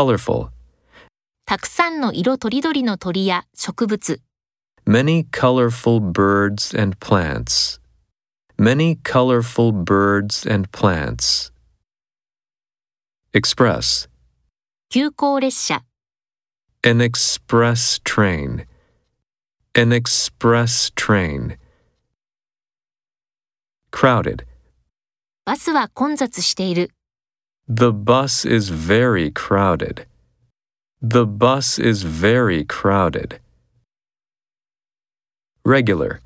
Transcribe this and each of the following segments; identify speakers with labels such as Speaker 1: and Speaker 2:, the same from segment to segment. Speaker 1: colorful,
Speaker 2: たくさんの色とりどりの鳥や植物、
Speaker 1: many colorful birds and plants, many colorful birds and plants. Express,
Speaker 2: 急行列車、
Speaker 1: an express train, an express train. Crowded,
Speaker 2: バスは混雑している、
Speaker 1: the bus is very crowded. The bus is very crowded. Regular,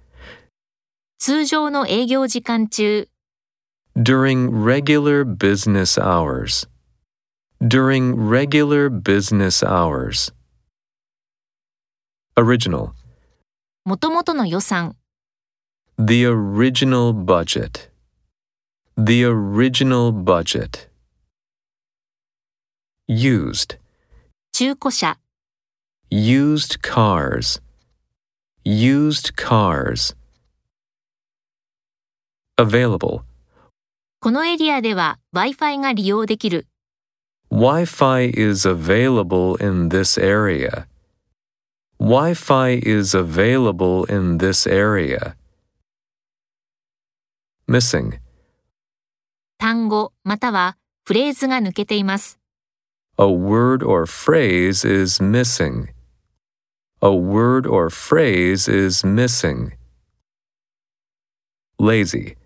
Speaker 2: 通常の営業時間中、
Speaker 1: During regular business hours. During regular business hours. Original.
Speaker 2: もともとの予算、
Speaker 1: The original budget. The original budget. Used.
Speaker 2: 中古車、
Speaker 1: Used cars. Used cars. Available.
Speaker 2: このエリアでは Wi-Fi が利用できる、
Speaker 1: Wi Fi is available in this area. Wi Fi is available in this area. Missing.
Speaker 2: 単語またはフレーズが抜けています。
Speaker 1: A word or phrase is missing. A word or phrase is missing. Lazy.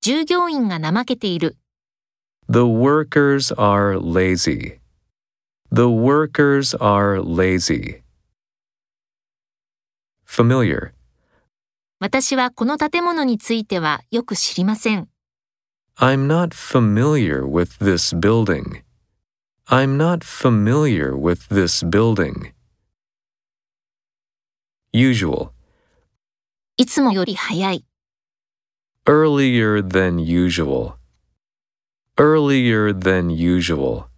Speaker 2: 従業員が怠けている、
Speaker 1: The workers are lazy. The workers are lazy. Familiar.
Speaker 2: 私はこの建物についてはよく知りません。
Speaker 1: I'm not familiar with this building. I'm not familiar with this building. Usual.
Speaker 2: いつもより早い、
Speaker 1: Earlier than usual. Earlier than usual.